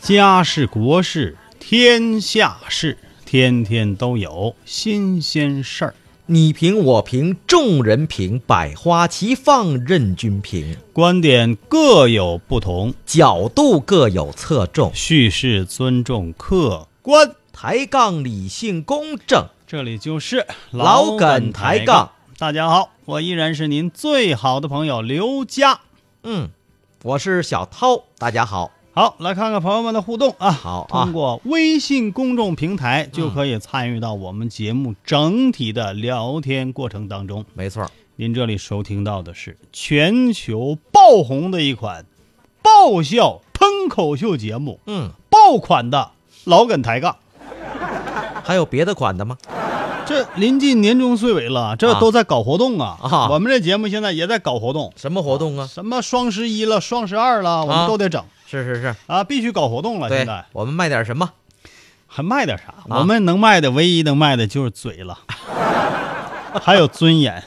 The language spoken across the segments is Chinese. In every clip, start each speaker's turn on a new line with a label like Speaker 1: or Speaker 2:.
Speaker 1: 家事国事天下事，天天都有新鲜事儿。
Speaker 2: 你评我评众人评，百花齐放任君评，
Speaker 1: 观点各有不同，
Speaker 2: 角度各有侧重，
Speaker 1: 叙事尊重客观。
Speaker 2: 抬杠理性公正。
Speaker 1: 这里就是
Speaker 2: 老梗
Speaker 1: 抬
Speaker 2: 抬杠。
Speaker 1: 大家好，我依然是您最好的朋友刘佳。
Speaker 2: 嗯，我是小涛，大家好。
Speaker 1: 好，来看看朋友们的互动啊！
Speaker 2: 好啊嗯
Speaker 1: 通过微信公众平台就可以参与到我们节目整体的聊天过程当中。
Speaker 2: 没错儿，
Speaker 1: 您这里收听到的是全球爆红的一款爆笑喷口秀节目，
Speaker 2: 嗯，
Speaker 1: 爆款的老梗抬杠。
Speaker 2: 还有别的款的吗？
Speaker 1: 这临近年终岁尾了，这
Speaker 2: 啊
Speaker 1: 都在搞活动啊！
Speaker 2: 啊
Speaker 1: 我们这节目现在也在搞活动，
Speaker 2: 什么活动啊？
Speaker 1: 什么双十一了、双十二了，我们
Speaker 2: 啊
Speaker 1: 都得整
Speaker 2: 是是是，
Speaker 1: 啊，必须搞活动了。
Speaker 2: 对啊
Speaker 1: 现在，
Speaker 2: 我们卖点什么？
Speaker 1: 还卖点啥？我们能卖的唯一能卖的就是嘴 了，还有尊严。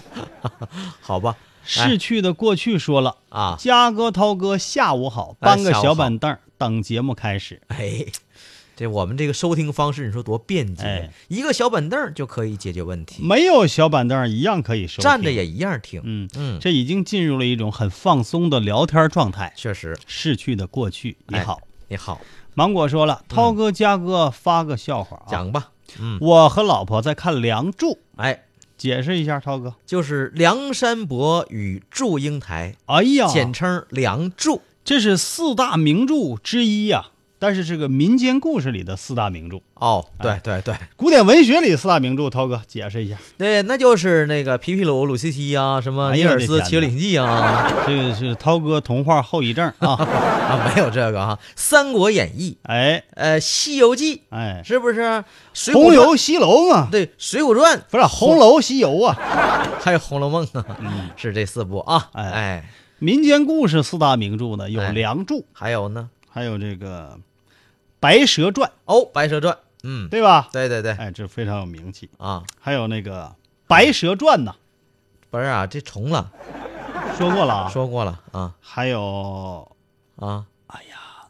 Speaker 2: 好吧，哎
Speaker 1: 逝去的过去说了，
Speaker 2: 啊，
Speaker 1: 嘉哥、涛哥，下午好，
Speaker 2: 哎
Speaker 1: 搬个
Speaker 2: 下午
Speaker 1: 小
Speaker 2: 好
Speaker 1: 板凳儿等节目开始。
Speaker 2: 哎，这我们这个收听方式，你说多便捷，
Speaker 1: 哎
Speaker 2: 一个小板凳儿就可以解决问题，
Speaker 1: 没有小板凳儿一样可以收听
Speaker 2: 站着。也一样听。
Speaker 1: 嗯，
Speaker 2: 嗯，
Speaker 1: 这已经进入了一种很放松的聊天状态。
Speaker 2: 确实。
Speaker 1: 逝去的过去，你
Speaker 2: 哎
Speaker 1: 好，
Speaker 2: 你好，
Speaker 1: 芒果说了，涛哥、嘉哥发个笑话啊。
Speaker 2: 讲吧。嗯，
Speaker 1: 我和老婆在看《梁祝》，
Speaker 2: 哎，
Speaker 1: 解释一下，涛哥。
Speaker 2: 就是梁山伯与祝英台，
Speaker 1: 哎呀，
Speaker 2: 简称
Speaker 1: 哦
Speaker 2: 梁祝。
Speaker 1: 这是四大名著之一呀、但是这个民间故事里的四大名著，
Speaker 2: 哦，
Speaker 1: 哎
Speaker 2: 对对对
Speaker 1: 古典文学里四大名著，涛哥解释一 下，
Speaker 2: 对，那就是那个皮皮鲁、鲁西西呀，什么
Speaker 1: 哎
Speaker 2: 尼
Speaker 1: 呀我
Speaker 2: 尔
Speaker 1: 的
Speaker 2: 斯
Speaker 1: 天
Speaker 2: 《骑
Speaker 1: 哪
Speaker 2: 岭记》啊，
Speaker 1: 这个是涛哥童话后遗症啊。
Speaker 2: 啊，没有这个啊，《三国演义》
Speaker 1: 哎
Speaker 2: 呃，《西游记
Speaker 1: 哎》，，
Speaker 2: 是不是？《水
Speaker 1: 红
Speaker 2: 浒传
Speaker 1: 楼西楼嘛，
Speaker 2: 对，《水浒传
Speaker 1: 不是红楼西游啊。》
Speaker 2: 还有《红楼梦》啊，是这四部啊。
Speaker 1: 嗯哎
Speaker 2: 哎，
Speaker 1: 民间故事四大名著呢，有《
Speaker 2: 哎
Speaker 1: 梁祝》，
Speaker 2: 还有呢，
Speaker 1: 还有这个《白蛇传
Speaker 2: 哦，《白蛇传》。嗯》，，
Speaker 1: 对吧？
Speaker 2: 对对对
Speaker 1: 哎，这非常有名气。
Speaker 2: 啊，
Speaker 1: 还有那个《白蛇传》呢，
Speaker 2: 不是啊，这重了，
Speaker 1: 说过了啊。
Speaker 2: 说过了啊
Speaker 1: 还有
Speaker 2: 啊，
Speaker 1: 《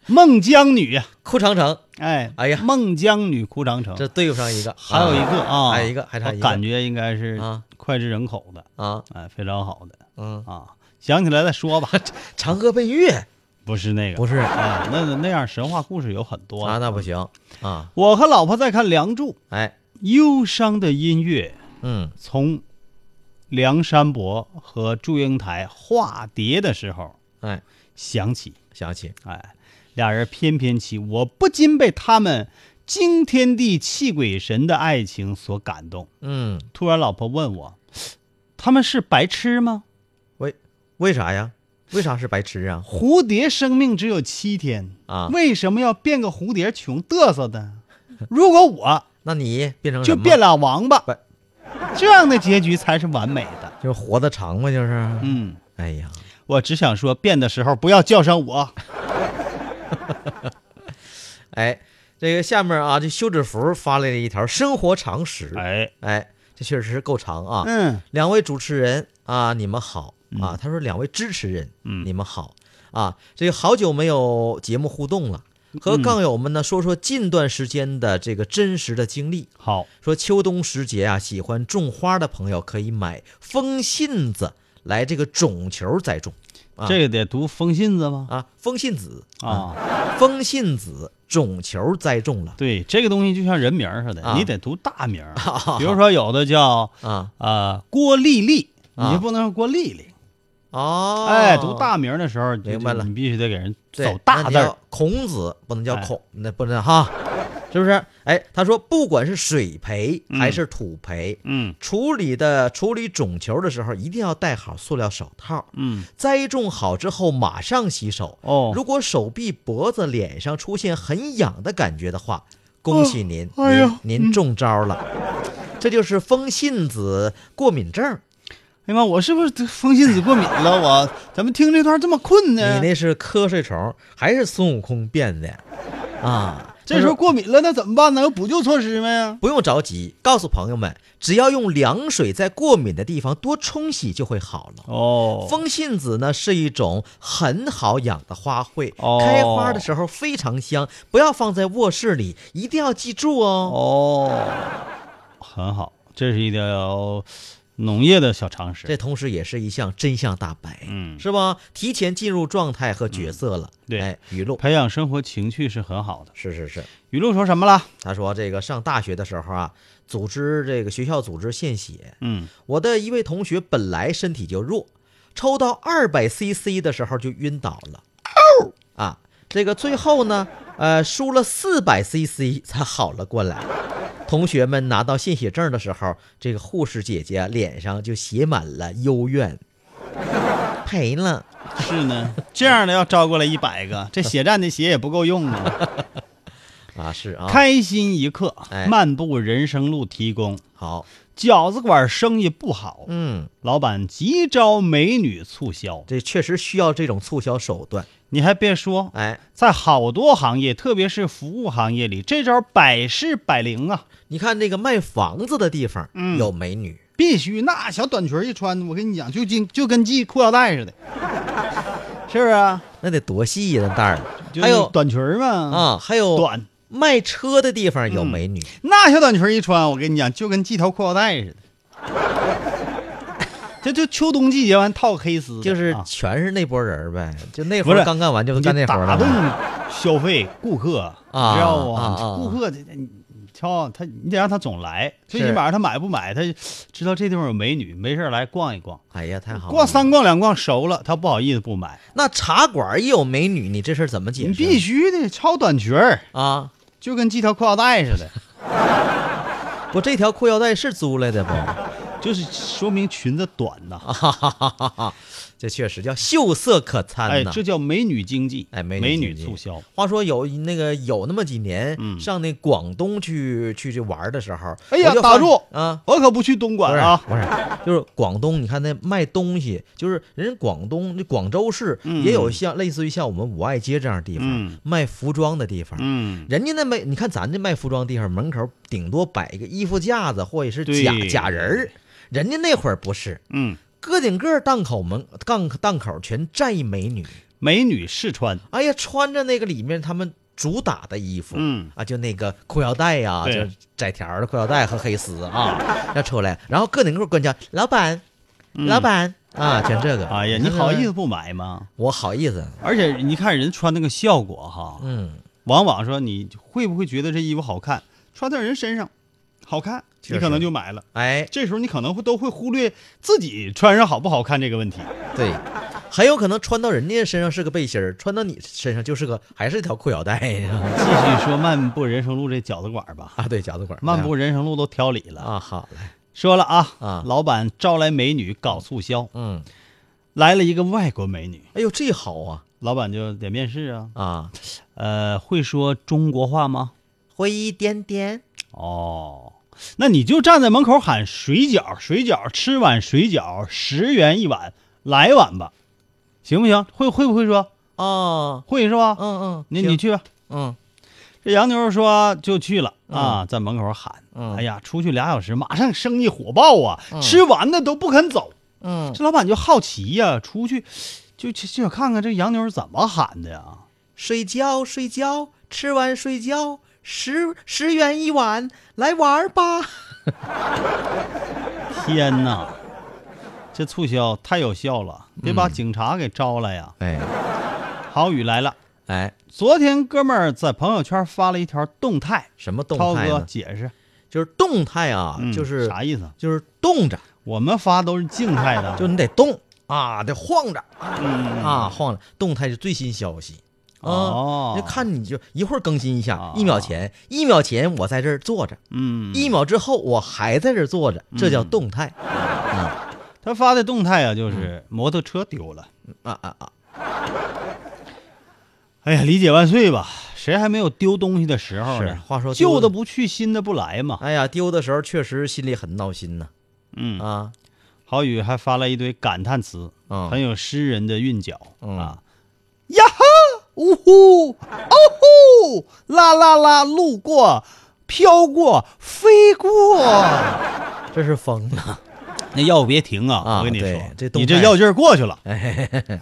Speaker 1: 孟姜女》，
Speaker 2: 哭长城，
Speaker 1: 哎
Speaker 2: 哎呀
Speaker 1: 孟姜女哭长城》
Speaker 2: 这对不上一个，
Speaker 1: 还有一个啊，
Speaker 2: 还有一个还差一个
Speaker 1: 我感觉应该是
Speaker 2: 啊
Speaker 1: 脍炙人口的，
Speaker 2: 啊，
Speaker 1: 哎，非常好的
Speaker 2: 嗯，
Speaker 1: 啊，想起来再说吧，
Speaker 2: 嫦娥奔
Speaker 1: 哎
Speaker 2: 月
Speaker 1: 不是那个，
Speaker 2: 不
Speaker 1: 是，
Speaker 2: 是啊，
Speaker 1: 哎，那那样神话故事有很多的。
Speaker 2: 那不行啊，
Speaker 1: 我和老婆在看《梁祝》，
Speaker 2: 哎，
Speaker 1: 忧伤的音乐
Speaker 2: 嗯，
Speaker 1: 从梁山伯和祝英台化蝶的时候
Speaker 2: 哎，
Speaker 1: 响起，
Speaker 2: 想起
Speaker 1: 哎，俩人翩翩起舞，我不禁被他们惊天地泣鬼神的爱情所感动。
Speaker 2: 嗯，
Speaker 1: 突然，老婆问我：“他们是白痴吗？
Speaker 2: 为为啥呀？为啥是白痴啊？
Speaker 1: 蝴蝶生命只有七天
Speaker 2: 啊
Speaker 1: 为什么要变个蝴蝶穷嘚瑟的？如果我
Speaker 2: 那你变成
Speaker 1: 就
Speaker 2: 什么
Speaker 1: 变俩王八
Speaker 2: 白，
Speaker 1: 这样的结局才是完美的。
Speaker 2: 就是活得长嘛，就是，
Speaker 1: 嗯，
Speaker 2: 哎呀，
Speaker 1: 我只想说，变的时候不要叫上我。
Speaker 2: 哎，这个下面啊，这休止符发来了一条生活常识，
Speaker 1: 哎，
Speaker 2: 哎，这确实是够长啊。
Speaker 1: 嗯，
Speaker 2: 两位主持人啊，你们好啊。他说两位支持人，
Speaker 1: 嗯
Speaker 2: 你们好啊。这个好久没有节目互动了，
Speaker 1: 嗯
Speaker 2: 和杠友们呢说说近段时间的这个真实的经历。
Speaker 1: 好，
Speaker 2: 说秋冬时节啊，喜欢种花的朋友可以买风信子来这个种球栽种啊
Speaker 1: 这个得读风信子吗？
Speaker 2: 啊，风信子，
Speaker 1: 啊，
Speaker 2: 风信子种球栽种了
Speaker 1: 对，这个东西就像人名儿似的，
Speaker 2: 啊
Speaker 1: 你得读大名儿。比如说，有的叫
Speaker 2: 啊
Speaker 1: 呃郭丽丽，你
Speaker 2: 啊
Speaker 1: 就不能说郭丽丽。
Speaker 2: 哦，
Speaker 1: 哎，读大名的时候，就
Speaker 2: 明白了
Speaker 1: 就你必须得给人
Speaker 2: 对
Speaker 1: 走大
Speaker 2: 那
Speaker 1: 字
Speaker 2: 你
Speaker 1: 儿
Speaker 2: 要。孔子不能叫
Speaker 1: 哎
Speaker 2: 孔，那不能哈，是不是？哎，他说不管是水培还是土培，
Speaker 1: 嗯
Speaker 2: 处理的处理种球的时候一定要戴好塑料手套，
Speaker 1: 嗯，
Speaker 2: 栽种好之后马上洗手。
Speaker 1: 哦，
Speaker 2: 如果手臂、脖子、脸上出现很痒的感觉的话，恭喜您，
Speaker 1: 哦哎呀
Speaker 2: 您您中招了。这就是风信子过敏症，
Speaker 1: 哎呀妈，我是不是得风信子过敏了？我怎么听这段这么困
Speaker 2: 你
Speaker 1: 呢？
Speaker 2: 那是瞌睡虫，还是孙悟空变的啊？
Speaker 1: 这时候过敏了，那怎么办呢？有补救措施没呀？
Speaker 2: 不用着急，告诉朋友们，只要用凉水在过敏的地方多冲洗就会好了。
Speaker 1: 哦，
Speaker 2: 风信子呢是一种很好养的花卉，
Speaker 1: 哦
Speaker 2: 开花的时候非常香，不要放在卧室里，一定要记住哦。
Speaker 1: 哦，很好，这是一条农业的小常识。
Speaker 2: 这同时也是一项真相大白，
Speaker 1: 嗯，
Speaker 2: 是吧？提前进入状态和角色了。
Speaker 1: 对
Speaker 2: 哎，语录
Speaker 1: 培养生活情趣是很好的。
Speaker 2: 是是是。
Speaker 1: 语录说什么了？
Speaker 2: 他说这个上大学的时候啊，组织这个学校组织献血，
Speaker 1: 嗯，
Speaker 2: 我的一位同学本来身体就弱，抽到二百 CC 的时候就晕倒了。啊，这个最后呢，呃，输了四百 CC 才好了过来。同学们拿到献血证的时候，这个护士姐姐脸上就写满了幽怨，赔了。
Speaker 1: 是呢，这样的要招过来一百个，这血站的血也不够用啊。
Speaker 2: 啊，是啊，
Speaker 1: 开心一刻
Speaker 2: 哎，
Speaker 1: 漫步人生路提供。
Speaker 2: 好，
Speaker 1: 饺子馆生意不好，
Speaker 2: 嗯，
Speaker 1: 老板急招美女促销。
Speaker 2: 这确实需要这种促销手段。
Speaker 1: 你还别说，
Speaker 2: 哎，
Speaker 1: 在好多行业，特别是服务行业里，这招百试百灵啊！
Speaker 2: 你看那个卖房子的地方，
Speaker 1: 嗯
Speaker 2: 有美女，
Speaker 1: 必须那小短裙一穿，我跟你讲，就跟就跟系裤腰带似的，是不是啊？
Speaker 2: 那得多细呀、那带儿。
Speaker 1: 就是
Speaker 2: 还有
Speaker 1: 短裙嘛，啊，
Speaker 2: 啊，还有
Speaker 1: 短，
Speaker 2: 卖车的地方有美女，
Speaker 1: 那小短裙一穿，我跟你讲，就跟系条裤腰带似的。这就秋冬季节完套黑丝的，
Speaker 2: 就是
Speaker 1: 啊
Speaker 2: 全是那波人儿呗。就那活
Speaker 1: 不是
Speaker 2: 儿刚干完就
Speaker 1: 你
Speaker 2: 干那活儿
Speaker 1: 打
Speaker 2: 了
Speaker 1: 动
Speaker 2: 呗。
Speaker 1: 消费顾客，
Speaker 2: 啊
Speaker 1: 你知道不？
Speaker 2: 啊啊啊
Speaker 1: 顾客这你你瞧啊他，你得让他总来，最起
Speaker 2: 是
Speaker 1: 码他买不买，他知道这地方有美女，没事儿来逛一逛，
Speaker 2: 哎呀，太好了！
Speaker 1: 逛三逛两逛熟了，他不好意思不买。
Speaker 2: 那茶馆儿也有美女，你这事儿怎么解释？
Speaker 1: 你必须得超短裙儿，
Speaker 2: 啊！
Speaker 1: 就跟系条裤腰带似的，
Speaker 2: 不，这条裤腰带是租来的不？
Speaker 1: 就是说明裙子短呐。
Speaker 2: 啊哈哈哈哈哈！这确实叫秀色可餐
Speaker 1: 哎，
Speaker 2: 呐、
Speaker 1: 这叫美女经济，
Speaker 2: 哎美
Speaker 1: 美
Speaker 2: 女经济
Speaker 1: 促销，
Speaker 2: 话说有那个有那么几年，
Speaker 1: 嗯
Speaker 2: 上那广东去去去玩儿的时候，
Speaker 1: 哎呀
Speaker 2: 我就发
Speaker 1: 打住
Speaker 2: 啊！
Speaker 1: 我可不去东莞啊。
Speaker 2: 不是，不是，就是广东，你看那卖东西，就是人家广东这广州市
Speaker 1: 嗯
Speaker 2: 也有像、类似于像我们五爱街这样的地方、
Speaker 1: 嗯
Speaker 2: 卖服装的地方。
Speaker 1: 嗯，
Speaker 2: 人家那卖，你看咱这卖服装地方门口顶多摆一个衣服架子或者是假
Speaker 1: 对
Speaker 2: 假人儿，人家那会儿不是，
Speaker 1: 嗯，
Speaker 2: 个顶个儿档口门档档口全站一美女，
Speaker 1: 美女试穿，
Speaker 2: 哎呀，穿着那个里面他们主打的衣服，
Speaker 1: 嗯
Speaker 2: 啊，就那个裤腰带呀、
Speaker 1: 对
Speaker 2: 就是窄条的裤腰带和黑丝啊，要出来，然后个顶个管叫老板，老板、啊，全这个。
Speaker 1: 嗯哎呀，你好意思
Speaker 2: 思？
Speaker 1: 不买吗？
Speaker 2: 我好意思，
Speaker 1: 而且你看人穿那个效果哈，
Speaker 2: 嗯，
Speaker 1: 往往说你会不会觉得这衣服好看，穿在人身上好看，
Speaker 2: 确
Speaker 1: 你可能
Speaker 2: 实
Speaker 1: 就买了。
Speaker 2: 哎，
Speaker 1: 这时候你可能会都会忽略自己穿上好不好看这个问题。
Speaker 2: 对，很有可能穿到人家身上是个背心儿，穿到你身上就是个还是一条裤腰带呀。
Speaker 1: 继续说漫步人生路这饺子馆吧，
Speaker 2: 啊，对，饺子馆儿
Speaker 1: 漫步人生路都挑理了。
Speaker 2: 啊，好嘞，
Speaker 1: 说了啊
Speaker 2: 啊
Speaker 1: 老板招来美女搞促销，
Speaker 2: 嗯，
Speaker 1: 来了一个外国美女，
Speaker 2: 哎呦，这好啊
Speaker 1: 老板就得面试啊。
Speaker 2: 啊，
Speaker 1: 呃，会说中国话吗？
Speaker 2: 会一点点，
Speaker 1: 哦，那你就站在门口喊水饺，水饺，吃碗水饺，十元一碗，来碗吧，行不行？会会不会说？
Speaker 2: 哦，
Speaker 1: 会是吧？
Speaker 2: 嗯嗯，
Speaker 1: 你
Speaker 2: 行
Speaker 1: 你去吧。
Speaker 2: 嗯
Speaker 1: 这洋妞说就去了啊，在门口喊，
Speaker 2: 嗯
Speaker 1: 哎呀，出去俩小时，马上生意火爆啊，
Speaker 2: 嗯
Speaker 1: 吃完的都不肯走。
Speaker 2: 嗯，
Speaker 1: 这老板就好奇呀、出去就就就想看看这洋妞怎么喊 的呀。
Speaker 2: 睡觉睡觉，吃完睡觉，十十元一碗，来玩儿吧。
Speaker 1: 天哪，这促销太有效了，得
Speaker 2: 嗯
Speaker 1: 把警察给招来呀、
Speaker 2: 哎
Speaker 1: 郝宇来了，
Speaker 2: 哎，
Speaker 1: 昨天哥们儿在朋友圈发了一条动态，
Speaker 2: 什么动
Speaker 1: 涛
Speaker 2: 态
Speaker 1: 哥
Speaker 2: 呢？
Speaker 1: 解释，
Speaker 2: 就是动态啊，
Speaker 1: 嗯
Speaker 2: 就是
Speaker 1: 啥意思？
Speaker 2: 就是动着，
Speaker 1: 我们发都是静态的，
Speaker 2: 就你得动啊，得晃着
Speaker 1: 嗯
Speaker 2: 啊，晃着。动态是最新消息啊，
Speaker 1: 哦
Speaker 2: 就看你就一会儿更新一下
Speaker 1: 哦，
Speaker 2: 一秒前，一秒前我在这儿坐着，
Speaker 1: 嗯，
Speaker 2: 一秒之后我还在这儿坐着，这叫动态
Speaker 1: 他发的动态啊，
Speaker 2: 嗯
Speaker 1: 就是摩托车丢了，
Speaker 2: 啊啊啊！
Speaker 1: 哎呀，理解万岁吧，谁还没有丢东西的时候
Speaker 2: 是
Speaker 1: 呢？，
Speaker 2: 话说
Speaker 1: 旧
Speaker 2: 丢
Speaker 1: 的，不去，新的不来嘛。
Speaker 2: 哎呀，丢的时候确实心里很闹心呐
Speaker 1: 嗯，
Speaker 2: 啊，
Speaker 1: 郝宇还发了一堆感叹词，
Speaker 2: 嗯
Speaker 1: 很有诗人的韵脚、
Speaker 2: 嗯
Speaker 1: 啊，呀哈，呜呼，哦呼，啦啦啦，路过，飘过，飞 过。
Speaker 2: 这是疯了。
Speaker 1: 那药别停啊！
Speaker 2: 啊
Speaker 1: 我跟你说
Speaker 2: 对，这动态
Speaker 1: 你这药劲儿过 去了。
Speaker 2: 哎，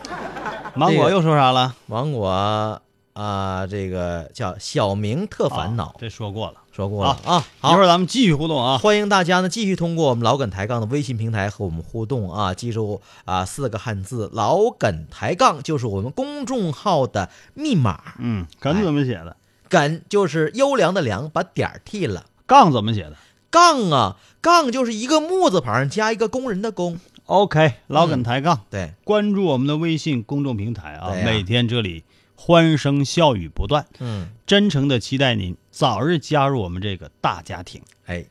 Speaker 1: 芒果又说啥了？
Speaker 2: 芒果啊、这个叫小明特烦
Speaker 1: 啊
Speaker 2: 恼，
Speaker 1: 这说过了。
Speaker 2: 说过了
Speaker 1: 啊
Speaker 2: 啊。
Speaker 1: 一会
Speaker 2: 好，
Speaker 1: 儿咱们继续互动啊。
Speaker 2: 欢迎大家呢继续通过我们老梗抬杠的微信平台和我们互动啊。记住啊，四个汉字“老梗抬杠”就是我们公众号的密码。
Speaker 1: 嗯，梗怎么写的？
Speaker 2: 梗就是优良的良，把点儿剃了。
Speaker 1: 杠怎么写的
Speaker 2: 杠啊，杠就是一个木字旁加一个工人的工。
Speaker 1: ？OK，老梗抬杠，
Speaker 2: 对，
Speaker 1: 关注我们的微信公众平台啊，
Speaker 2: 嗯对呀
Speaker 1: 每天这里欢声笑语不断，
Speaker 2: 嗯，
Speaker 1: 真诚的期待您早日加入我们这个大家庭。
Speaker 2: 哎，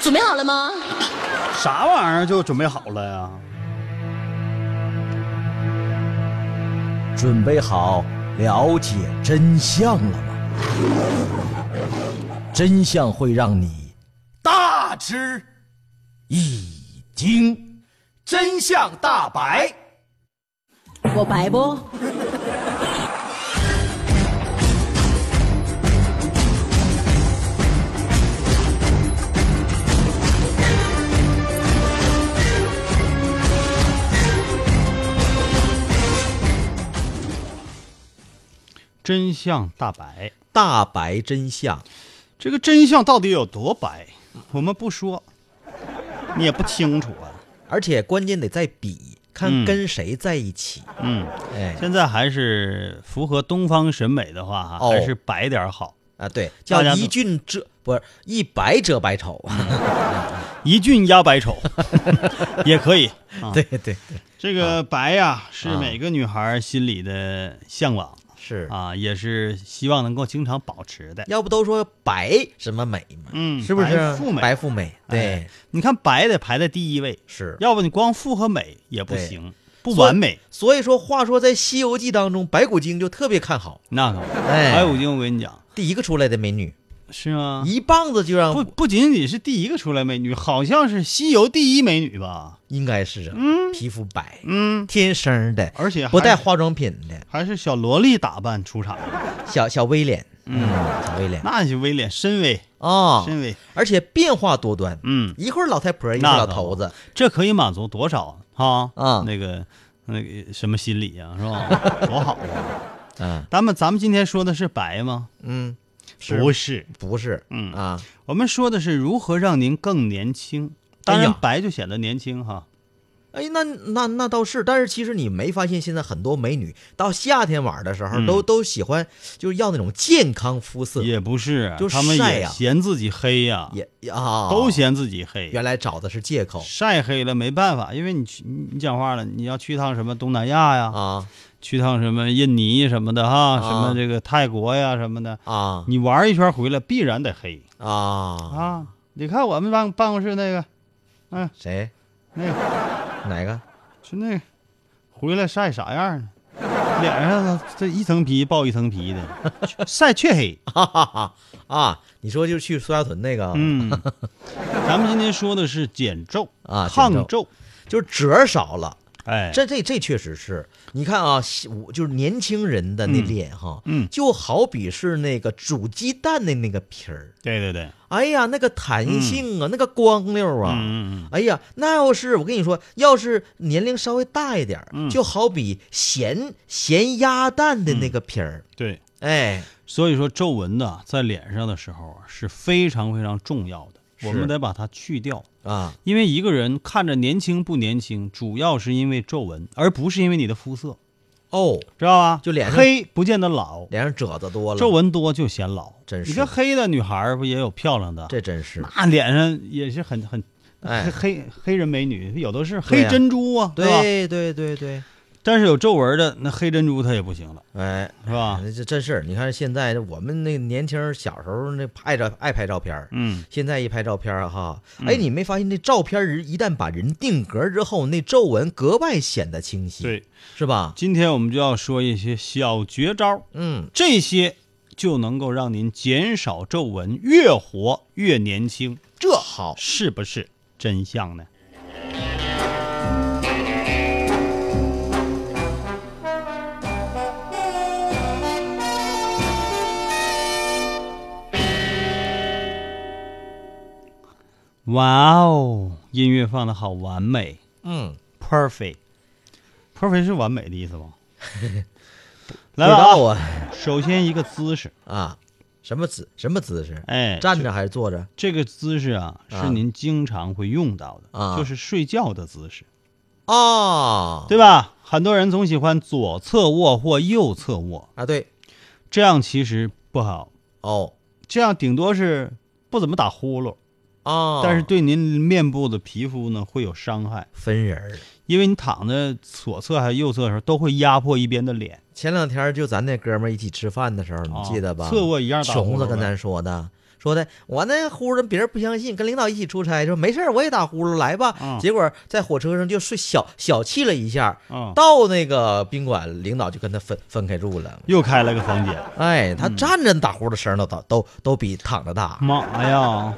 Speaker 3: 准备好了吗？
Speaker 1: 啥玩意儿就准备好了呀？
Speaker 2: 准备好了解真相了吗？真相会让你大吃一惊，真相大白。
Speaker 3: 我白不？
Speaker 1: 真相大白，
Speaker 2: 大白真相，
Speaker 1: 这个真相到底有多白，我们不说，你也不清楚啊。
Speaker 2: 而且关键得在比，看跟谁在一起。
Speaker 1: 嗯，
Speaker 2: 哎，
Speaker 1: 现在还是符合东方审美的话，哈，
Speaker 2: 哦
Speaker 1: 还是白点儿好。
Speaker 2: 啊，对，
Speaker 1: 大家
Speaker 2: 叫
Speaker 1: 都
Speaker 2: 一俊遮不是一白遮百丑。
Speaker 1: 嗯一俊压百丑， 也可以。啊、
Speaker 2: 对对对，
Speaker 1: 这个白呀、是
Speaker 2: 啊
Speaker 1: 每个女孩心里的向往
Speaker 2: 是。
Speaker 1: 啊，也是希望能够经常保持的。
Speaker 2: 要不都说白什么美嘛，
Speaker 1: 嗯
Speaker 2: 是不是
Speaker 1: 白富美
Speaker 2: 白富美，对，
Speaker 1: 哎你看白得排在第一位，
Speaker 2: 是。
Speaker 1: 要不你光富和美也不
Speaker 2: 对
Speaker 1: 行，不完美。
Speaker 2: 所以说，话说在《西游记》当中，白骨精就特别看好
Speaker 1: 那可不，
Speaker 2: 哎
Speaker 1: 白骨精我跟你讲，
Speaker 2: 第一个出来的美女，
Speaker 1: 是吗？
Speaker 2: 一棒子就让
Speaker 1: 啊不不仅仅是第一个出来美女，好像是西游第一美女吧？
Speaker 2: 应该是啊，皮肤白，
Speaker 1: 嗯，
Speaker 2: 天生的，
Speaker 1: 而且还
Speaker 2: 不带化妆品的
Speaker 1: 还是小萝莉打扮出场的，
Speaker 2: 小小 V 脸，嗯，小 V 脸
Speaker 1: 那是威廉深威，
Speaker 2: 啊，
Speaker 1: 深威，
Speaker 2: 而且变化多端，
Speaker 1: 嗯，
Speaker 2: 一会儿老太婆，一会
Speaker 1: 那
Speaker 2: 儿老
Speaker 1: 可
Speaker 2: 头子，
Speaker 1: 这可以满足多少啊？
Speaker 2: 啊
Speaker 1: 那个那个什么心理啊呀、是吧？ 多好啊！
Speaker 2: 嗯
Speaker 1: 咱们咱们今天说的是白吗？
Speaker 2: 嗯，是
Speaker 1: 不是，
Speaker 2: 不是？嗯啊，
Speaker 1: 我们说的是如何让您更年轻。当
Speaker 2: 哎呀
Speaker 1: 然，白就显得年轻哈。
Speaker 2: 哎，那那那倒是，但是其实你没发现，现在很多美女到夏天玩的时候，
Speaker 1: 嗯
Speaker 2: 都都喜欢就是要那种健康肤色，
Speaker 1: 也不是，啊
Speaker 2: 就
Speaker 1: 他们
Speaker 2: 晒
Speaker 1: 也
Speaker 2: 呀
Speaker 1: 嫌自己黑呀、
Speaker 2: 也也啊，
Speaker 1: 都嫌自己黑。
Speaker 2: 原来找的是借口
Speaker 1: 晒黑了没办法，因为你去你你讲话了，你要去趟什么东南亚呀，
Speaker 2: 啊
Speaker 1: 去趟什么印尼什么的哈，什么这个泰国呀什么的，
Speaker 2: 啊
Speaker 1: 你玩一圈回来必然得黑
Speaker 2: 啊！
Speaker 1: 啊！你看我们办办公室那个，
Speaker 2: 谁？
Speaker 1: 那个
Speaker 2: 哪个？
Speaker 1: 就那个，回来晒啥样呢？脸上这一层皮爆一层皮的，晒黢黑。
Speaker 2: 哈哈哈啊！你说就是去苏家屯那个啊，
Speaker 1: 嗯，咱们今天说的是减皱
Speaker 2: 啊减
Speaker 1: 抗皱，
Speaker 2: 就是褶儿少了。
Speaker 1: 哎，
Speaker 2: 这这这确实是，你看啊，西我就是年轻人的那
Speaker 1: 嗯
Speaker 2: 脸哈，
Speaker 1: 嗯
Speaker 2: 就好比是那个煮鸡蛋的那个皮儿，
Speaker 1: 对对对，
Speaker 2: 哎呀，那个弹性啊，那个光溜啊，
Speaker 1: 嗯嗯嗯嗯，
Speaker 2: 哎呀，那要是我跟你说，要是年龄稍微大一点儿，
Speaker 1: 嗯
Speaker 2: 就好比咸咸鸭蛋的
Speaker 1: 嗯
Speaker 2: 那个皮儿，
Speaker 1: 对。
Speaker 2: 哎，
Speaker 1: 所以说皱纹呢，在脸上的时候啊是非常非常重要的，我们得把它去掉。
Speaker 2: 啊，
Speaker 1: 因为一个人看着年轻不年轻，主要是因为皱纹，而不是因为你的肤色，
Speaker 2: 哦，
Speaker 1: 知道吧？
Speaker 2: 就脸上
Speaker 1: 黑不见得老，
Speaker 2: 脸上褶子多了，
Speaker 1: 皱纹多就显老。
Speaker 2: 真是
Speaker 1: 你看黑的女孩儿不也有漂亮的？
Speaker 2: 这真是，
Speaker 1: 那脸上也是很很
Speaker 2: 哎
Speaker 1: 黑，黑黑人美女，有的是
Speaker 2: 对
Speaker 1: 黑
Speaker 2: 呀
Speaker 1: 珍珠啊，吧？
Speaker 2: 对对对对，
Speaker 1: 但是有皱纹的那黑珍珠她也不行了，
Speaker 2: 哎。
Speaker 1: 是吧？
Speaker 2: 这真是，你看现在我们那年轻人小时候那拍照爱拍照片儿
Speaker 1: 嗯，
Speaker 2: 现在一拍照片儿哈，哎，你没发现那照片人一旦把人定格之后，那皱纹格外显得清晰，，
Speaker 1: 对。
Speaker 2: 是吧？
Speaker 1: 今天我们就要说一些小绝招，
Speaker 2: 嗯，
Speaker 1: 这些就能够让您减少皱纹，越活越年轻，
Speaker 2: 这好
Speaker 1: 是不是？真相呢？哇哦，音乐放的好完美
Speaker 2: 嗯，
Speaker 1: ，perfect，perfect 是完美的意 思吗？
Speaker 2: 不
Speaker 1: 来
Speaker 2: 知道
Speaker 1: 吧，
Speaker 2: 啊
Speaker 1: 首先一个姿势，
Speaker 2: 啊，什么姿什么姿势？
Speaker 1: 哎，
Speaker 2: 站着还是坐着？
Speaker 1: 这个姿势啊，
Speaker 2: 啊
Speaker 1: 是您经常会用到的，
Speaker 2: 啊
Speaker 1: 就是睡觉的姿势，
Speaker 2: 哦，
Speaker 1: 对吧？很多人总喜欢左侧卧或右侧卧，
Speaker 2: 啊，对，
Speaker 1: 这样其实不好，
Speaker 2: 哦
Speaker 1: 这样顶多是不怎么打呼噜，
Speaker 2: 哦，
Speaker 1: 但是对您面部的皮肤呢会有伤害，
Speaker 2: 分人儿。
Speaker 1: 因为你躺在左侧还有右侧的时候，都会压迫一边的脸。
Speaker 2: 前两天就咱那哥们儿一起吃饭的时候，你
Speaker 1: 啊
Speaker 2: 嗯记得吧？
Speaker 1: 侧卧一样打呼噜
Speaker 2: 穷子跟
Speaker 1: 呗
Speaker 2: 咱说的，说的我那呼噜别人不相信，跟领导一起出差，说没事儿我也打呼噜，来吧。
Speaker 1: 嗯
Speaker 2: 结果在火车上就睡小小气了一下，
Speaker 1: 嗯，
Speaker 2: 到那个宾馆，领导就跟他分分开住了。
Speaker 1: 又开了个房间，
Speaker 2: 哎，
Speaker 1: 嗯
Speaker 2: 他站着打呼噜声儿都大都都比躺着大。
Speaker 1: 妈哎呀！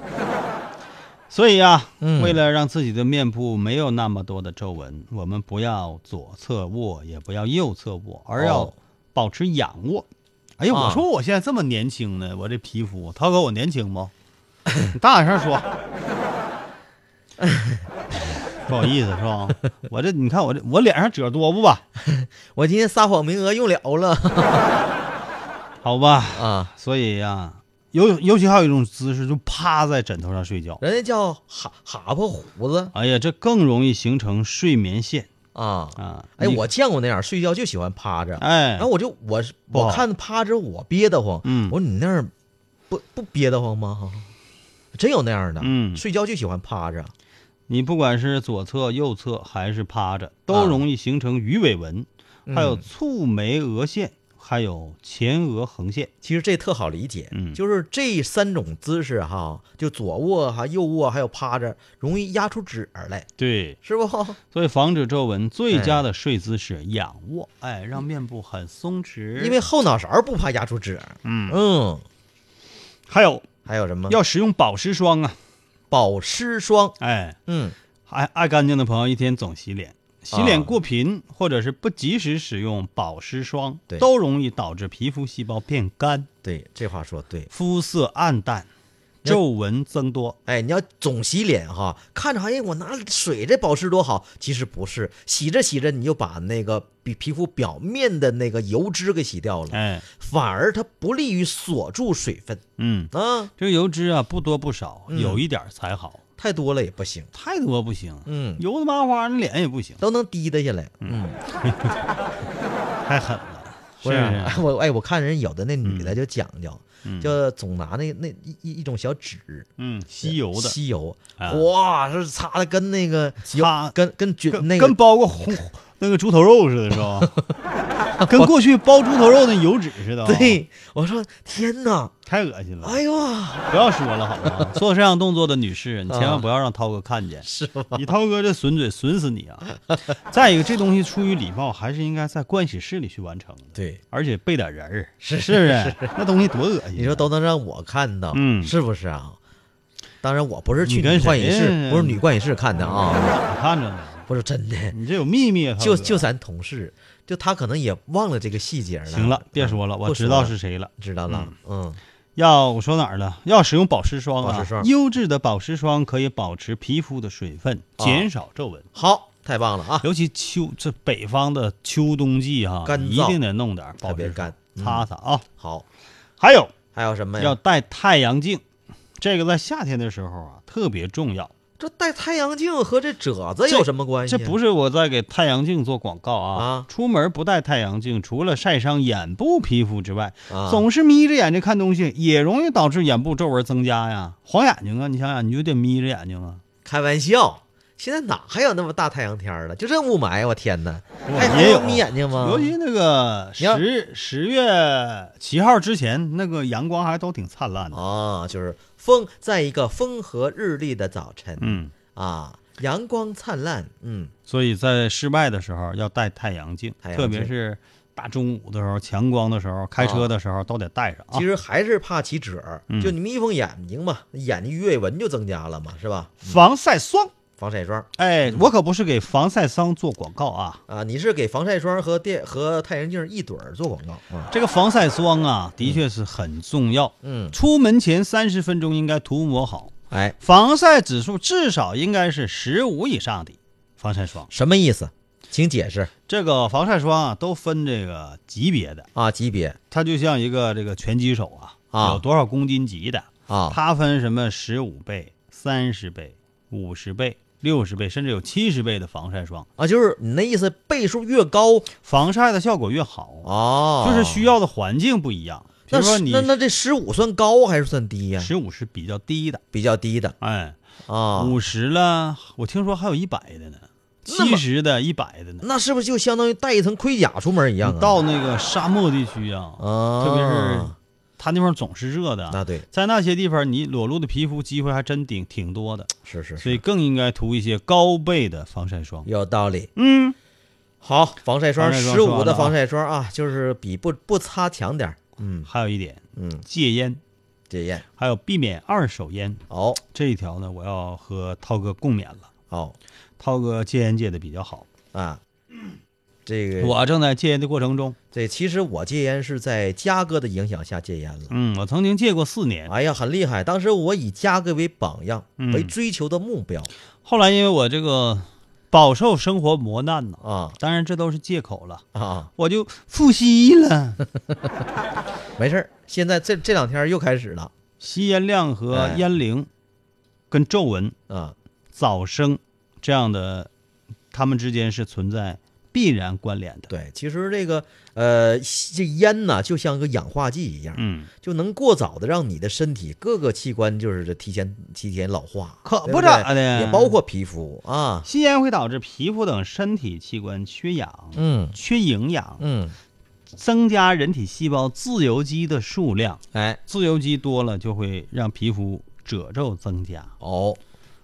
Speaker 1: 所以啊，
Speaker 2: 嗯
Speaker 1: 为了让自己的面部没有那么多的皱纹，我们不要左侧卧，也不要右侧卧，而要
Speaker 2: 哦
Speaker 1: 保持仰卧。哎呀，
Speaker 2: 啊
Speaker 1: 我说我现在这么年轻呢，我这皮肤，涛哥，我年 轻不？你大点声说。不好意思，是吧？我这你看我这我脸上褶多不吧？
Speaker 2: 我今天撒谎名额用了了
Speaker 1: 好吧，
Speaker 2: 啊，
Speaker 1: 所以呀、尤尤其还有一种姿势，就趴在枕头上睡觉。
Speaker 2: 人家叫哈哈巴胡子
Speaker 1: 哎呀，这更容易形成睡眠线
Speaker 2: 啊。
Speaker 1: 啊！
Speaker 2: 哎，
Speaker 1: 你
Speaker 2: 我见过那样，睡觉就喜欢趴着。
Speaker 1: 哎
Speaker 2: 然后，我就我是
Speaker 1: 不好
Speaker 2: 我看趴着我憋得慌，
Speaker 1: 嗯
Speaker 2: 我说你那儿不不憋得慌吗？真有那样的，
Speaker 1: 嗯
Speaker 2: 睡觉就喜欢趴着，
Speaker 1: 你不管是左侧、右侧还是趴着，都容易形成鱼尾纹，还有
Speaker 2: 啊嗯
Speaker 1: 蹙眉额线，还有前额横线。
Speaker 2: 其实这特好理解，
Speaker 1: 嗯
Speaker 2: 就是这三种姿势哈，就左卧哈、右卧还有趴着，容易压出褶儿来，
Speaker 1: 对，
Speaker 2: 是不？
Speaker 1: 所以防止皱纹，
Speaker 2: 哎
Speaker 1: 最佳的睡姿是仰卧，哎，让面部很松弛。
Speaker 2: 因为后脑勺不怕压出褶儿，
Speaker 1: 嗯，
Speaker 2: 嗯，
Speaker 1: 还有
Speaker 2: 还有什么？
Speaker 1: 要使用保湿霜啊，
Speaker 2: 保湿霜，
Speaker 1: 哎，
Speaker 2: 嗯，
Speaker 1: 爱爱干净的朋友一天总洗脸，洗脸
Speaker 2: 啊
Speaker 1: 过频、或者是不及时使用保湿霜，
Speaker 2: 对
Speaker 1: 都容易导致皮肤细胞变干，
Speaker 2: 对，这话说对。
Speaker 1: 肤色暗淡，
Speaker 2: 那
Speaker 1: 皱纹增多。
Speaker 2: 哎，你要总洗脸哈，看着哎，我拿水这保湿多好，其实不是，洗着洗着你就把那个比皮肤表面的那个油脂给洗掉了，
Speaker 1: 哎，
Speaker 2: 反而它不利于锁住水分
Speaker 1: 嗯，
Speaker 2: 啊，
Speaker 1: 这个油脂啊不多不少，
Speaker 2: 嗯
Speaker 1: 有一点儿才好，
Speaker 2: 太多了也不行，
Speaker 1: 太多不行，
Speaker 2: 嗯，
Speaker 1: 油的麻花，你脸也不行，
Speaker 2: 都能滴答下来，嗯，
Speaker 1: 太 狠了，
Speaker 2: 不
Speaker 1: 不
Speaker 2: 是？我哎，我看人有的那女
Speaker 1: 嗯
Speaker 2: 的就讲究，就总拿那那一一一种小纸。
Speaker 1: 嗯，吸油的，
Speaker 2: 吸油，
Speaker 1: 啊
Speaker 2: 哇，是擦的跟那个油
Speaker 1: 擦
Speaker 2: 跟跟菌
Speaker 1: 跟
Speaker 2: 那
Speaker 1: 跟
Speaker 2: 个
Speaker 1: 包个红那个猪头肉似的，是吧？ 跟过去包猪头肉那油脂似的，，哦
Speaker 2: 对，我说天哪，
Speaker 1: 太恶心了。
Speaker 2: 哎呦啊，
Speaker 1: 不要说了，好吗？ 做这样动作的女士，你千
Speaker 2: 啊
Speaker 1: 万不要让涛哥看见。
Speaker 2: 是吧？
Speaker 1: 你涛哥这损嘴损死你啊！ 再一个，这东西出于礼貌，还是应该在盥洗室里去完成的，
Speaker 2: 对，
Speaker 1: 而且备点人儿，是是不是？那东西多恶心啊！
Speaker 2: 你说都能让我看到，
Speaker 1: 嗯
Speaker 2: 是不是啊？当然，我不是去
Speaker 1: 你
Speaker 2: 女
Speaker 1: 跟
Speaker 2: 幻影
Speaker 1: 谁嗯
Speaker 2: 室，
Speaker 1: 呀
Speaker 2: 不是女幻影室看的啊，
Speaker 1: 我看着呢，
Speaker 2: 不是真的，
Speaker 1: 你这有秘密啊！涛
Speaker 2: 就
Speaker 1: 哥
Speaker 2: 就咱同事，就他可能也忘了这个细节了。
Speaker 1: 行了，别说了，
Speaker 2: 嗯
Speaker 1: 我
Speaker 2: 不
Speaker 1: 知道
Speaker 2: 了
Speaker 1: 是谁了。
Speaker 2: 知道了，嗯，
Speaker 1: 要我说哪儿了？要使用保湿霜啊！
Speaker 2: 保湿霜
Speaker 1: 优质的保湿霜可以保持皮肤的水分，
Speaker 2: 啊
Speaker 1: 减少皱纹。
Speaker 2: 好，太棒了啊，
Speaker 1: 尤其秋这北方的秋冬季哈、
Speaker 2: 干燥
Speaker 1: 一定得弄点儿保
Speaker 2: 特别
Speaker 1: 湿
Speaker 2: 干，嗯
Speaker 1: 擦擦啊。
Speaker 2: 好，
Speaker 1: 还有
Speaker 2: 还有什么
Speaker 1: 要
Speaker 2: 呀？
Speaker 1: 戴太阳镜，这个在夏天的时候啊特别重要。
Speaker 2: 这戴太阳镜和这褶子有什么关系
Speaker 1: 这
Speaker 2: 啊？
Speaker 1: 不是我在给太阳镜做广告啊！
Speaker 2: 啊
Speaker 1: 出门不戴太阳镜，除了晒伤眼部皮肤之外，
Speaker 2: 啊
Speaker 1: 总是眯着眼睛看东西，也容易导致眼部皱纹增加呀。黄眼睛啊，你想想，你就得眯着眼睛啊。
Speaker 2: 开玩笑，现在哪还有那么大太阳天儿了？就这雾霾，我天哪，
Speaker 1: 我
Speaker 2: 还还
Speaker 1: 也有
Speaker 2: 眯眼睛吗？
Speaker 1: 尤其那个
Speaker 2: 哎你要
Speaker 1: 十十月七号之前，那个阳光还都挺灿烂的。
Speaker 2: 啊，就是风，在一个风和日丽的早晨，
Speaker 1: 嗯，
Speaker 2: 啊，阳光灿烂，嗯，
Speaker 1: 所以在室外的时候要戴太阳镜，
Speaker 2: 太阳镜
Speaker 1: 特别是大中午的时候、强光的时候、开车的时候都得带上啊
Speaker 2: 其。实还是怕起褶儿，
Speaker 1: 嗯
Speaker 2: 就你眯缝眼睛嘛，眼睛鱼尾纹就增加了嘛，是吧？
Speaker 1: 防晒霜，
Speaker 2: 防晒霜
Speaker 1: 哎，我可不是给防晒霜做广告啊。
Speaker 2: 啊，你是给防晒霜和电和太阳镜一对儿做广告啊？
Speaker 1: 这个防晒霜啊，的确是很重要。
Speaker 2: 嗯，
Speaker 1: 出门前三十分钟应该涂抹好，
Speaker 2: 哎，
Speaker 1: 防晒指数至少应该是十五以上的防晒霜。
Speaker 2: 什么意思？请解释
Speaker 1: 这个防晒霜啊，都分这个级别的，
Speaker 2: 啊，级别
Speaker 1: 它就像一个这个拳击手啊，
Speaker 2: 啊
Speaker 1: 有多少公斤级的，
Speaker 2: 啊
Speaker 1: 它分什么十五倍、三十倍、五十倍、六十倍，甚至有七十倍的防晒霜，
Speaker 2: 啊，就是你那意思，倍数越高
Speaker 1: 防晒的效果越好，
Speaker 2: 哦，
Speaker 1: 就是需要的环境不一样。比
Speaker 2: 那
Speaker 1: 如说
Speaker 2: 是
Speaker 1: 你
Speaker 2: 那那这十五算高还是算低呀、
Speaker 1: 十五是比较低的，
Speaker 2: 比较低的
Speaker 1: 哎，
Speaker 2: 啊，
Speaker 1: 五十了，我听说还有一百的呢，
Speaker 2: 那么
Speaker 1: 七十的、一百的呢。
Speaker 2: 那是不是就相当于带一层盔甲出门一样
Speaker 1: 你
Speaker 2: 啊？
Speaker 1: 嗯到那个沙漠地区啊，
Speaker 2: 啊，
Speaker 1: 特别是它那方总是热的，
Speaker 2: 那对，
Speaker 1: 在那些地方，你裸露的皮肤机会还真挺挺多的，
Speaker 2: 是是
Speaker 1: 所
Speaker 2: 是，
Speaker 1: 以更应该涂一些高倍的防晒霜。
Speaker 2: 有道理。
Speaker 1: 嗯，
Speaker 2: 好，防晒霜
Speaker 1: 防晒霜
Speaker 2: 十
Speaker 1: 说
Speaker 2: 五
Speaker 1: 完
Speaker 2: 的
Speaker 1: 了啊
Speaker 2: 防晒霜啊，就是比不不擦强点儿。嗯
Speaker 1: 还有一点，
Speaker 2: 嗯，
Speaker 1: 戒烟，
Speaker 2: 戒烟。
Speaker 1: 还有避免二手烟
Speaker 2: 哦
Speaker 1: 这一条呢，我要和涛哥共勉了。
Speaker 2: 哦
Speaker 1: 涛哥戒烟戒的比较好，
Speaker 2: 啊，这个
Speaker 1: 我正在戒烟的过程中，
Speaker 2: 这其实我戒烟是在嘉哥的影响下戒烟了。
Speaker 1: 嗯，我曾经戒过四年，
Speaker 2: 哎呀，很厉害！当时我以嘉哥为榜样，
Speaker 1: 嗯
Speaker 2: 为追求的目标
Speaker 1: 后来因为我这个饱受生活磨难呢，
Speaker 2: 啊
Speaker 1: 当然这都是借口了，
Speaker 2: 啊，
Speaker 1: 我就复吸了。
Speaker 2: 没事儿。现在这这两天又开始了
Speaker 1: 吸烟量和
Speaker 2: 哎
Speaker 1: 烟龄、跟皱纹、
Speaker 2: 啊，
Speaker 1: 早生这样的，它们之间是存在必然关联的。
Speaker 2: 对，其实这个呃，吸这烟呢，就像个氧化剂一样，
Speaker 1: 嗯，
Speaker 2: 就能过早的让你的身体各个器官就是这提前提前老化，
Speaker 1: 可
Speaker 2: 对
Speaker 1: 不
Speaker 2: 不
Speaker 1: 咋
Speaker 2: 对
Speaker 1: 的
Speaker 2: 也包括皮肤啊，
Speaker 1: 吸烟会导致皮肤等身体器官缺氧、
Speaker 2: 嗯
Speaker 1: 缺营养，
Speaker 2: 嗯，
Speaker 1: 增加人体细胞自由基的数量，
Speaker 2: 哎
Speaker 1: 自由基多了就会让皮肤褶皱增加
Speaker 2: 哦，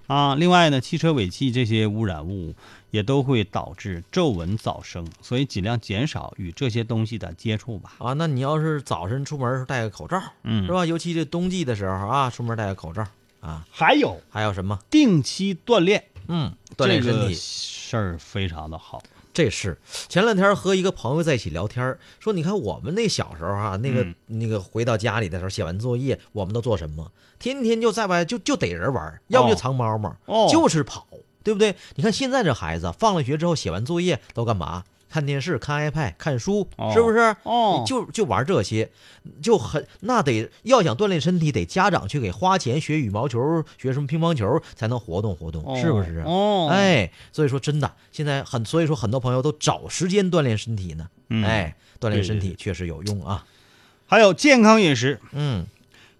Speaker 1: 啊。另外呢，汽车尾气这些污染物也都会导致皱纹早生，所以尽量减少与这些东西的接触吧。
Speaker 2: 啊，那你要是早晨出门儿时候戴个口罩，
Speaker 1: 嗯
Speaker 2: 是吧？尤其这冬季的时候啊，出门戴个口罩啊。
Speaker 1: 还有
Speaker 2: 还有什么？
Speaker 1: 定期锻炼，
Speaker 2: 嗯，锻炼身
Speaker 1: 这个
Speaker 2: 体，
Speaker 1: 事儿非常的好。
Speaker 2: 这是前两天和一个朋友在一起聊天儿，说你看我们那小时候啊，那个、
Speaker 1: 嗯
Speaker 2: 那个回到家里的时候写完作业，我们都做什么？天天就在外就就逮人玩儿，要不就藏猫猫，
Speaker 1: 哦
Speaker 2: 就是跑，对不对？你看现在这孩子放了学之后写完作业都干嘛？看电视、看 iPad、看书，
Speaker 1: 哦
Speaker 2: 是不是？
Speaker 1: 哦
Speaker 2: 就就玩这些，就很那得要想锻炼身体，得家长去给花钱学羽毛球、学什么乒乓球才能活动活动，是不是？
Speaker 1: 哦，，
Speaker 2: 哎，所以说真的，现在很，所以说很多朋友都找时间锻炼身体呢。
Speaker 1: 嗯
Speaker 2: 哎，锻
Speaker 1: 对
Speaker 2: 炼身
Speaker 1: 对
Speaker 2: 体确实有用啊。
Speaker 1: 还有健康饮食，
Speaker 2: 嗯，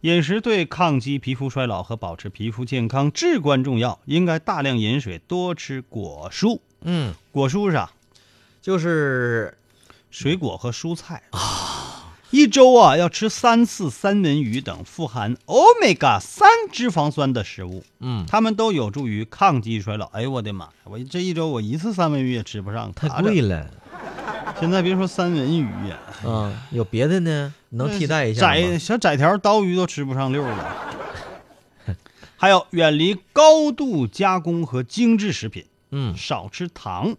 Speaker 1: 饮食对抗击皮肤衰老和保持皮肤健康至关重要，应该大量饮水，多吃果蔬。
Speaker 2: 嗯，
Speaker 1: 果蔬是啥？
Speaker 2: 就是
Speaker 1: 水果和蔬菜啊。一周啊要吃三次三文鱼等富含欧米伽三脂肪酸的食物，
Speaker 2: 嗯，
Speaker 1: 它们都有助于抗击衰老。哎呦我的妈呀！我这一周我一次三文鱼也吃不上，
Speaker 2: 太
Speaker 1: 咋整
Speaker 2: 贵了。
Speaker 1: 现在别说三文鱼呀、
Speaker 2: 嗯，有别的呢，能替代一下
Speaker 1: 窄
Speaker 2: 吗？
Speaker 1: 小窄条刀鱼都吃不上溜了。还有，远离高度加工和精致食品，
Speaker 2: 嗯，
Speaker 1: 少吃糖，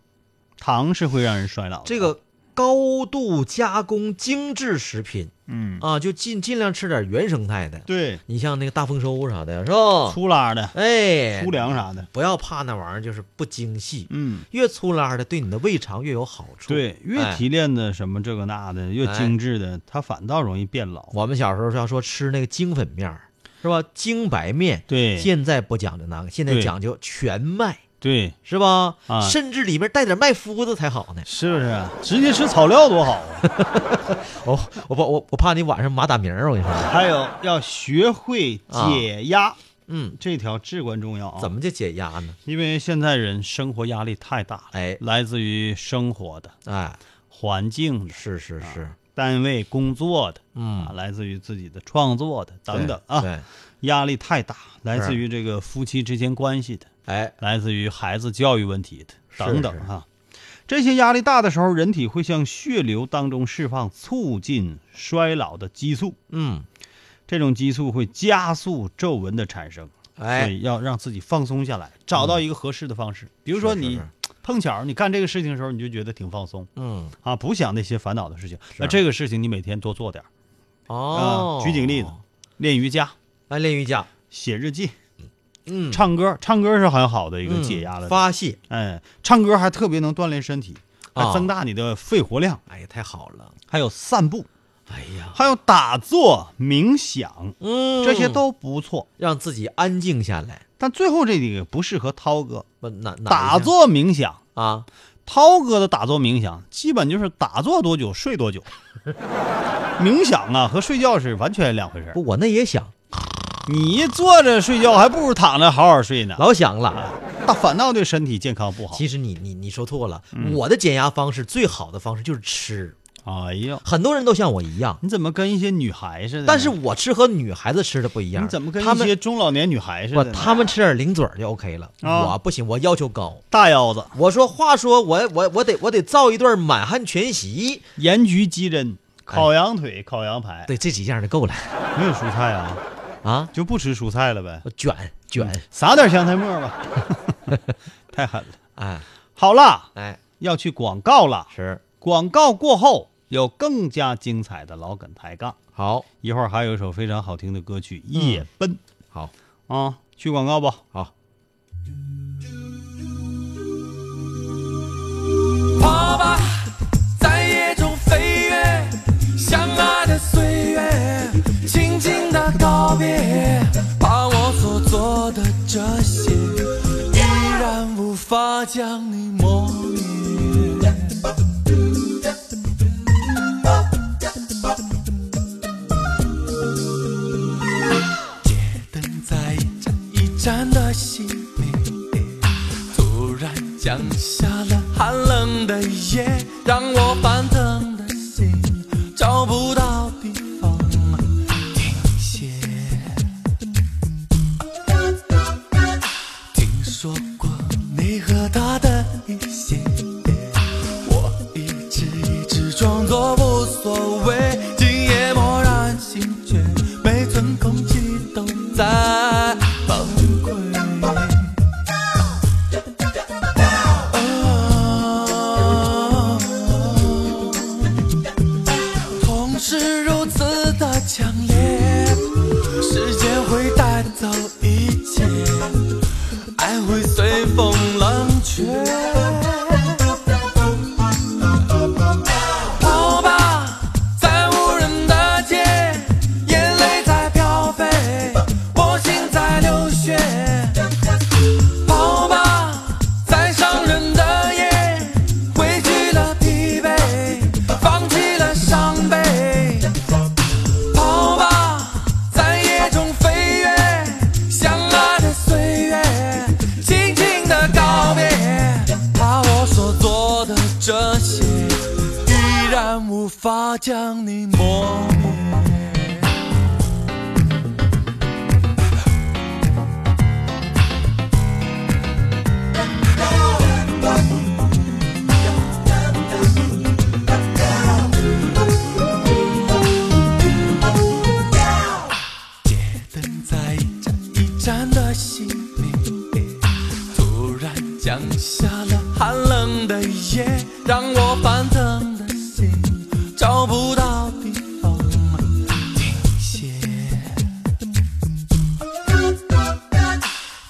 Speaker 1: 糖是会让人衰老的。啊
Speaker 2: 这，个高度加工精致食品
Speaker 1: 嗯，
Speaker 2: 啊，就尽尽量吃点原生态的。
Speaker 1: 对，
Speaker 2: 你像那个大丰收啥的，是吧？
Speaker 1: 粗拉的、
Speaker 2: 哎，
Speaker 1: 粗粮啥的，
Speaker 2: 不要怕那玩意儿就是不精细，
Speaker 1: 嗯，
Speaker 2: 越粗拉的对你的胃肠越有好处。
Speaker 1: 对，越
Speaker 2: 哎
Speaker 1: 提炼的什么这个那的，越精致的，它反倒容易变老。
Speaker 2: 我们小时候要说吃那个精粉面儿，是吧？精白面，
Speaker 1: 对
Speaker 2: 现在不讲究那个，现在
Speaker 1: 对
Speaker 2: 讲究全麦，
Speaker 1: 对，
Speaker 2: 是吧？
Speaker 1: 啊
Speaker 2: 甚至里面带点麦麸子才好呢。
Speaker 1: 是不是？直接吃草料多好啊！
Speaker 2: 哦，我怕我我怕你晚上马打鸣儿，我跟你说，
Speaker 1: 还有，要学会解压，
Speaker 2: 嗯，
Speaker 1: 这条至关重要啊。
Speaker 2: 啊怎么就解压呢？
Speaker 1: 因为现在人生活压力太大了，
Speaker 2: 哎
Speaker 1: 来自于生活的、
Speaker 2: 哎，
Speaker 1: 环境的、
Speaker 2: 是是是，
Speaker 1: 单位工作的，
Speaker 2: 嗯
Speaker 1: 啊，来自于自己的创作的等等
Speaker 2: 对
Speaker 1: 啊，
Speaker 2: 对，
Speaker 1: 压力太大，来自于这个夫妻之间关系的，
Speaker 2: 哎，
Speaker 1: 来自于孩子教育问题的
Speaker 2: 是
Speaker 1: 等等啊。这些压力大的时候，人体会向血流当中释放促进衰老的激素，
Speaker 2: 嗯，
Speaker 1: 这种激素会加速皱纹的产生。所
Speaker 2: 哎，嗯
Speaker 1: 以要让自己放松下来，找到一个合适的方式。比如说
Speaker 2: 是是
Speaker 1: 你
Speaker 2: 是
Speaker 1: 碰巧你干这个事情的时候，你就觉得挺放松
Speaker 2: 嗯，
Speaker 1: 啊，不想那些烦恼的事情。那这个事情你每天多做点儿，
Speaker 2: 哦，
Speaker 1: 啊举几个例子练瑜伽、
Speaker 2: 哎，练瑜伽，
Speaker 1: 写日记、
Speaker 2: 嗯，
Speaker 1: 唱歌。唱歌是很好的一个
Speaker 2: 嗯
Speaker 1: 解压的，
Speaker 2: 发泄，
Speaker 1: 哎，唱歌还特别能锻炼身体，还
Speaker 2: 啊
Speaker 1: 增大你的肺活量。
Speaker 2: 哎呀，太好了，
Speaker 1: 还有散步，
Speaker 2: 哎呀，
Speaker 1: 还有打坐、冥想，
Speaker 2: 嗯，
Speaker 1: 这些都不错。
Speaker 2: 让自己安静下来。
Speaker 1: 但最后这几个不适合涛哥
Speaker 2: 不，哪哪
Speaker 1: 打
Speaker 2: 一项
Speaker 1: 坐冥想。
Speaker 2: 啊，
Speaker 1: 涛哥的打坐冥想，基本就是打坐多久睡多久。 冥想啊，和睡觉是完全两回事儿。
Speaker 2: 不，我那也想，
Speaker 1: 你坐着睡觉，还不如躺着好好睡呢。
Speaker 2: 老想了。
Speaker 1: 那反倒对身体健康不好。
Speaker 2: 其实你你你说错了，
Speaker 1: 嗯
Speaker 2: 我的减压方式最好的方式就是吃。
Speaker 1: 哎呀，
Speaker 2: 很多人都像我一样，
Speaker 1: 你怎么跟一些女孩似的呢？
Speaker 2: 但是我吃和女孩子吃的不一样。
Speaker 1: 你怎么跟
Speaker 2: 他
Speaker 1: 一
Speaker 2: 们
Speaker 1: 些中老年女孩似
Speaker 2: 不
Speaker 1: 的？呢？
Speaker 2: 他们吃点零嘴儿就 OK 了，
Speaker 1: 啊
Speaker 2: 我不行，我要求高。
Speaker 1: 大腰子、
Speaker 2: 我说，话说我我我得我得造一顿满汉全席，
Speaker 1: 盐焗鸡胗、哎烤羊腿、烤羊排，
Speaker 2: 对这几样就够了
Speaker 1: 没有蔬菜啊，
Speaker 2: 啊！
Speaker 1: 就不吃蔬菜了呗，
Speaker 2: 我卷卷，
Speaker 1: 撒点香菜末吧。 太狠了。
Speaker 2: 哎
Speaker 1: 好了，
Speaker 2: 哎
Speaker 1: 要去广告了。
Speaker 2: 是
Speaker 1: 广告过后有更加精彩的老梗抬杠，
Speaker 2: 好
Speaker 1: 一会儿还有一首非常好听的歌曲《夜奔
Speaker 2: 好》
Speaker 1: 啊，去广告吧。
Speaker 2: 好，
Speaker 4: 跑吧，在夜中飞跃，相爱的岁月，轻轻的告别，把我所做的这些，依然无法将你磨灭。街灯在一盏一盏的熄灭。突然降下了寒冷的夜，让我翻腾的心找不到地方停歇。听说过你和他的一些，我一直一直装作无所谓，今夜蓦然醒觉，每寸空气都在崩溃。啊，痛是如此的强烈，时间会带走一切，爱会随风冷却。跑吧，在无人的街，眼泪在飘飞，我心在流血。跑吧，在伤人的夜，挥去了疲惫，放弃了伤悲。跑吧，在夜中飞跃，相爱的岁月，轻轻的告别，把我所做的这些，依然无法将你磨灭。街灯在一盏一盏的熄灭，突然降下了寒冷的夜，让我翻腾的心找不到地方停歇。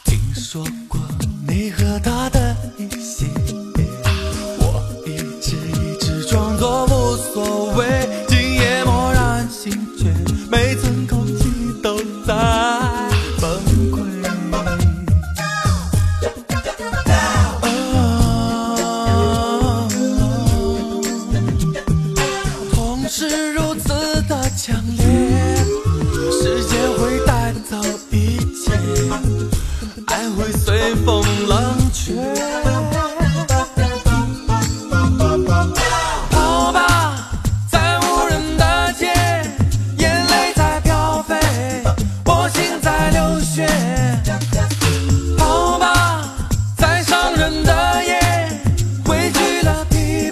Speaker 4: 听说过你和他的一些，我一直一直装作无所谓，今夜蓦然醒觉，每寸空气都在崩溃。啊，痛是如此的强烈，时间会带走一切，爱会随风冷却。跑吧，在无人的街，眼泪在飘飞，我心在流血。跑吧，在伤人的夜，挥去了疲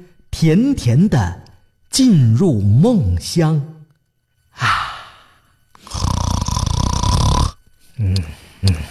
Speaker 2: 甜甜的进入梦乡。啊，嗯嗯。